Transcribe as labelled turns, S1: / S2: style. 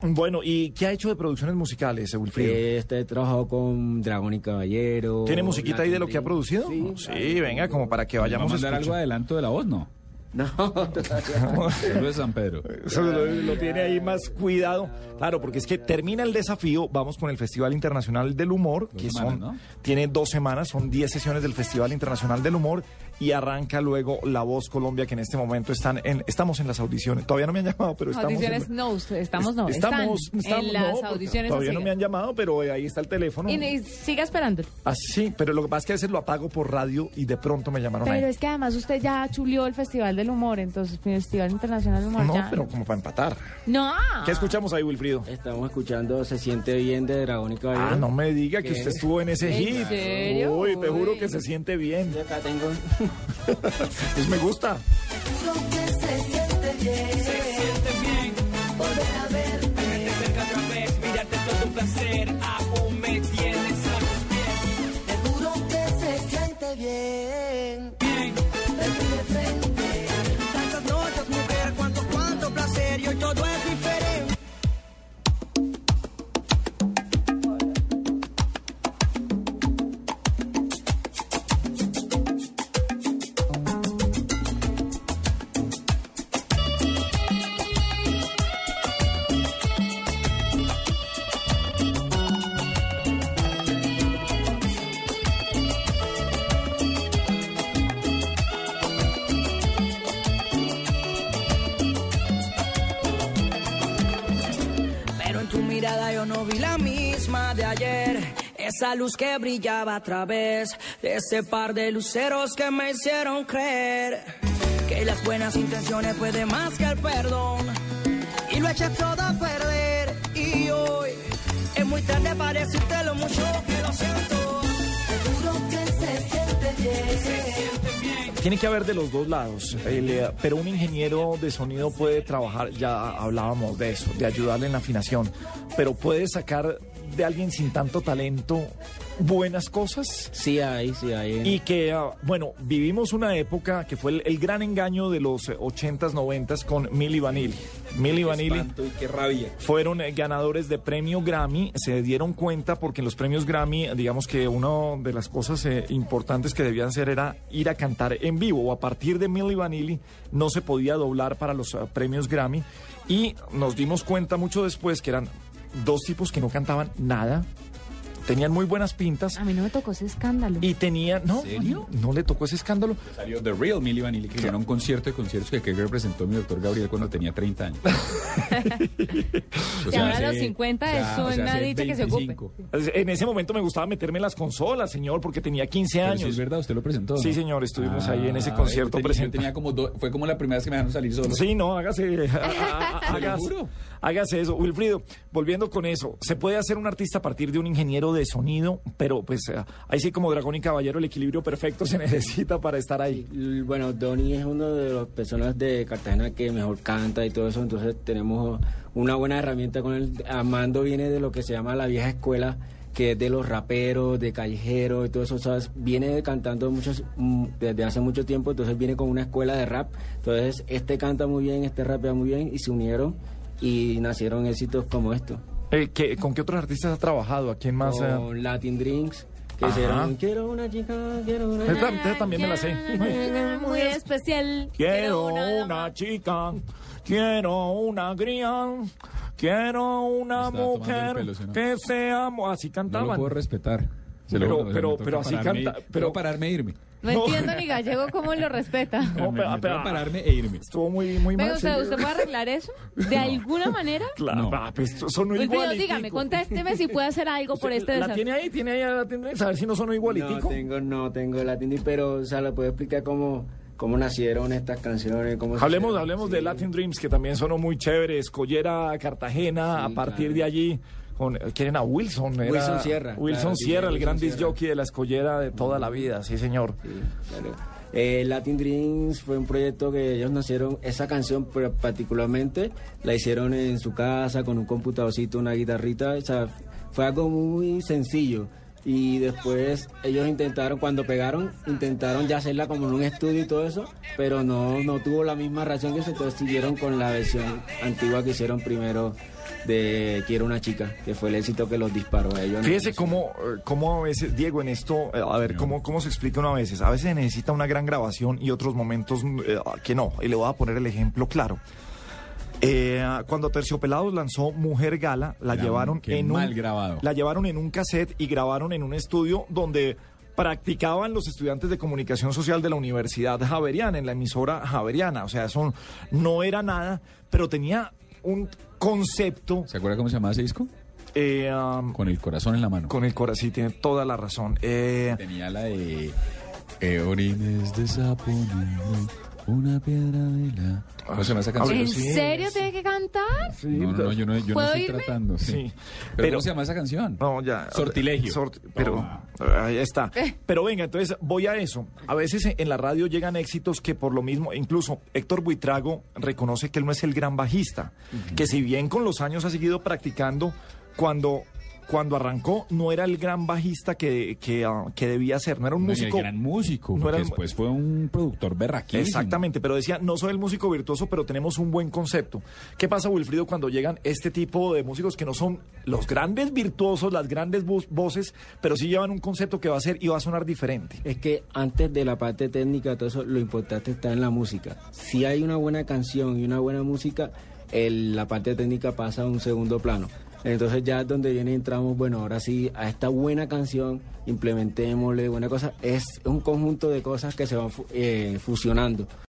S1: Bueno, ¿y qué ha hecho de producciones musicales, Wilfrido?
S2: Este trabajó con Dragón y Caballero.
S1: ¿Tiene musiquita ahí de lo que ha producido?
S2: Sí,
S1: venga, como para que
S3: Vamos
S1: vayamos
S3: a mandar algo
S1: escuchar.
S3: adelanto de la voz, ¿no?
S2: No, todavía no.
S3: Solo de San Pedro.
S1: Eso lo, lo tiene ahí más cuidado. Claro, porque es que termina el desafío, vamos con el Festival Internacional del Humor, que
S3: semanas,
S1: son,
S3: ¿no?
S1: tiene dos semanas, son 10 sesiones del Festival Internacional del Humor y arranca luego La Voz Colombia, que en este momento están en, estamos en las audiciones. Todavía no me han llamado, pero Pues estamos... en-
S4: Audiciones no, usted- estamos no, están
S1: Estamos, estamos,
S4: en
S1: no,
S4: las
S1: porque
S4: audiciones.
S1: Todavía no
S4: así.
S1: me han llamado, pero eh, ahí está el teléfono.
S4: Y, y siga esperando.
S1: Ah, sí, pero lo que pasa es que a veces lo apago por radio y de pronto me llamaron
S4: Pero
S1: ahí.
S4: es que además usted ya chulió el Festival del Humor, entonces Festival Internacional del Humor
S1: No,
S4: ya.
S1: pero como para empatar.
S4: No.
S1: ¿Qué escuchamos ahí, Wilfrido?
S2: Estamos escuchando Se siente bien de Dragón y Caballero.
S1: Ah, no me diga que
S2: ¿Qué?
S1: usted estuvo en ese
S4: ¿En
S1: hit.
S4: serio?
S1: Uy, te juro
S4: Uy.
S1: que se siente bien.
S2: Yo acá tengo.
S1: Pues me gusta.
S5: Lo que se siente bien. Se siente bien. Volver a verte.
S6: cerca otra vez, mirarte es todo un placer, aún me tienes a los pies.
S5: Te juro que se siente bien.
S6: Bien,
S5: Verte de frente.
S6: tantas noches, mujer, cuánto, cuánto placer, y hoy todo es diferente. Pero en tu mirada yo no vi la misma de ayer. Esa luz que brillaba a través de ese par de luceros que me hicieron creer que las buenas intenciones pueden más que el perdón. Y lo eché todo a perder. Y hoy es muy tarde para decirte lo mucho que lo siento.
S5: Te juro que se siente bien.
S1: Tiene que haber de los dos lados. el, eh, pero un ingeniero de sonido puede trabajar, ya hablábamos de eso, de ayudarle en la afinación. Pero puede sacar de alguien sin tanto talento buenas cosas.
S2: Sí, ahí, sí, ahí.
S1: Y que, ah, bueno, vivimos una época que fue el, el gran engaño de los eh, 80s, 90s con Milli Vanilli. Milli Vanilli
S3: y qué rabia.
S1: fueron eh, ganadores de premio Grammy, se dieron cuenta porque en los premios Grammy, digamos que una de las cosas eh, importantes que debían hacer era ir a cantar en vivo o a partir de Milli Vanilli no se podía doblar para los eh, premios Grammy y nos dimos cuenta mucho después que eran dos tipos que no cantaban nada, tenían muy buenas pintas
S4: A mí no me tocó ese escándalo.
S1: y tenían, no,
S3: serio?
S1: no le tocó ese escándalo,
S3: Salió The Real Milli Vanilli, que ganó un concierto de conciertos que creo que representó mi doctor Gabriel cuando tenía 30 años.
S4: Y ahora a los 50 es una dicha que se ocupe.
S1: En ese momento me gustaba meterme en las consolas, señor, porque tenía 15
S3: Pero
S1: años.
S3: sí es verdad, usted lo presentó. ¿no?
S1: Sí, señor, estuvimos
S3: Ah,
S1: ahí en ese
S3: yo
S1: concierto
S3: tenía- yo
S1: presente.
S3: tenía como do- fue como la primera vez que me dejaron salir solo.
S1: Sí, no, hágase, ha- ha-
S3: Se lo
S1: hágase,
S3: juro.
S1: hágase eso. Wilfrido, volviendo con eso, se puede hacer un artista a partir de un ingeniero de sonido, pero pues eh, ahí sí como Dragón y Caballero el equilibrio perfecto se necesita para estar ahí.
S2: Y, Bueno, Donny es una de las personas de Cartagena que mejor canta y todo eso, entonces tenemos una buena herramienta con él. Armando viene de lo que se llama la vieja escuela, que es de los raperos, de callejeros y todo eso, ¿sabes? Viene cantando muchos, mm, desde hace mucho tiempo, entonces viene con una escuela de rap. Entonces, este canta muy bien, este rapea muy bien y se unieron y nacieron éxitos como estos.
S1: Eh, ¿qué- ¿Con qué otros artistas ha trabajado? ¿A quién más? eh?
S2: Con Latin Drinks, que
S1: Ajá.
S2: hicieron Quiero una chica, quiero una
S1: Esta- esta también me la sé.
S4: Muy especial.
S1: Quiero una chica, quiero una cría, quiero una
S3: Me estaba tomando el
S1: mujer
S3: pelo, ¿sí, no?
S1: que sea... mu- Así
S3: No lo
S1: cantaban.
S3: puedo respetar. Se
S1: Pero-
S3: lo juro, o sea,
S1: pero-
S3: me toca
S1: pero así
S3: pararme
S1: canta-
S3: y-
S1: pero-
S3: tengo que pararme e irme.
S4: No,
S1: No.
S4: entiendo ni gallego cómo lo respeta.
S1: No,
S3: Me-
S1: pero-
S3: me toca
S1: pero-
S3: pararme e irme.
S1: Estuvo muy, muy
S4: Venga,
S1: mal.
S4: usted,
S1: sí.
S4: ¿usted puede arreglar eso? ¿De alguna manera?
S1: Claro,
S3: No.
S1: ah, pues, son
S4: Wilfrido,
S1: igualiticos.
S4: dígame, contésteme si puede hacer algo por este
S1: la tiene
S4: desafío.
S1: ahí, tiene ahí, la tiene, a ver si no son
S2: No
S1: igualitico.
S2: tengo, no tengo Latin Dream, pero o sea, le puedo explicar cómo, cómo nacieron estas canciones. Cómo se
S1: Hablemos,
S2: hicieron.
S1: hablemos
S2: Sí.
S1: de Latin Dreams, que también sonó muy chévere. Escollera, Cartagena,
S2: Sí,
S1: a partir
S2: claro.
S1: de allí. Con, ¿Quieren a Wilson? Era-
S2: Wilson Sierra,
S1: Wilson
S2: claro,
S1: Sierra,
S2: DJ
S1: el gran
S2: Wilson
S1: disc
S2: Sierra.
S1: jockey de la escollera de toda la vida, sí, señor.
S2: Sí, claro. Eh, Latin Dreams fue un proyecto que ellos nacieron, esa canción pr- particularmente la hicieron en su casa con un computadorcito, una guitarrita, o sea, fue algo muy sencillo. Y después ellos intentaron, cuando pegaron, intentaron ya hacerla como en un estudio y todo eso, pero no, no tuvo la misma reacción que eso, entonces siguieron con la versión antigua que hicieron primero de Quiero una chica, que fue el éxito que los disparó a ellos.
S1: Fíjese
S2: No sé.
S1: cómo, eh, cómo a veces, Diego, en esto, eh, a ver, cómo, cómo se explica uno a veces. A veces se necesita una gran grabación y otros momentos mm, eh, que no. Y le voy a poner el ejemplo claro. Eh, cuando Terciopelados lanzó Mujer Gala, la
S3: Era un-
S1: llevaron
S3: qué
S1: en un,
S3: mal grabado.
S1: la llevaron en un cassette y grabaron en un estudio donde practicaban los estudiantes de comunicación social de la Universidad Javeriana, en la emisora Javeriana. O sea, eso no era nada, pero tenía un concepto
S3: ¿Se acuerda cómo se llamaba ese disco?
S1: eh, um,
S3: Con el corazón en la mano.
S1: con el corazón, sí, tiene toda la razón. Eh,
S3: Tenía la de eh, orines de sapo negro, una piedra de la. ¿Cómo se llama esa canción?
S1: Pero
S4: ¿En
S1: sí,
S4: serio
S1: sí.
S4: tiene que cantar?
S1: sí,
S3: No, no, no, yo no, yo no
S4: Ah, ¿Puedo
S3: estoy
S4: irme?
S3: tratando. Sí.
S1: Sí.
S3: ¿Pero,
S1: Pero-
S3: cómo se llama esa canción?
S1: No, ya.
S3: Sortilegio.
S1: Sort- pero
S3: Toma.
S1: ahí está. Pero venga, entonces voy a eso. A veces en la radio llegan éxitos que por lo mismo, incluso Héctor Buitrago reconoce que él no es el gran bajista, que si bien con los años ha seguido practicando, cuando cuando arrancó no era el gran bajista que, que, ah, que debía ser, no era un
S3: No, y
S1: músico.
S3: el gran músico.
S1: No
S3: porque
S1: era el-
S3: después fue un productor berraquísimo.
S1: Exactamente, pero decía, no soy el músico virtuoso, pero tenemos un buen concepto. ¿Qué pasa, Wilfrido, cuando llegan este tipo de músicos que no son los grandes virtuosos, las grandes vo- voces, pero sí llevan un concepto que va a ser y va a sonar diferente?
S2: Es que antes de la parte técnica, todo eso, lo importante está en la música. Si hay una buena canción y una buena música, el- la parte técnica pasa a un segundo plano. Entonces ya es donde viene entramos, bueno, ahora sí, a esta buena canción, implementémosle buena cosa. Es un conjunto de cosas que se van fu- eh, fusionando.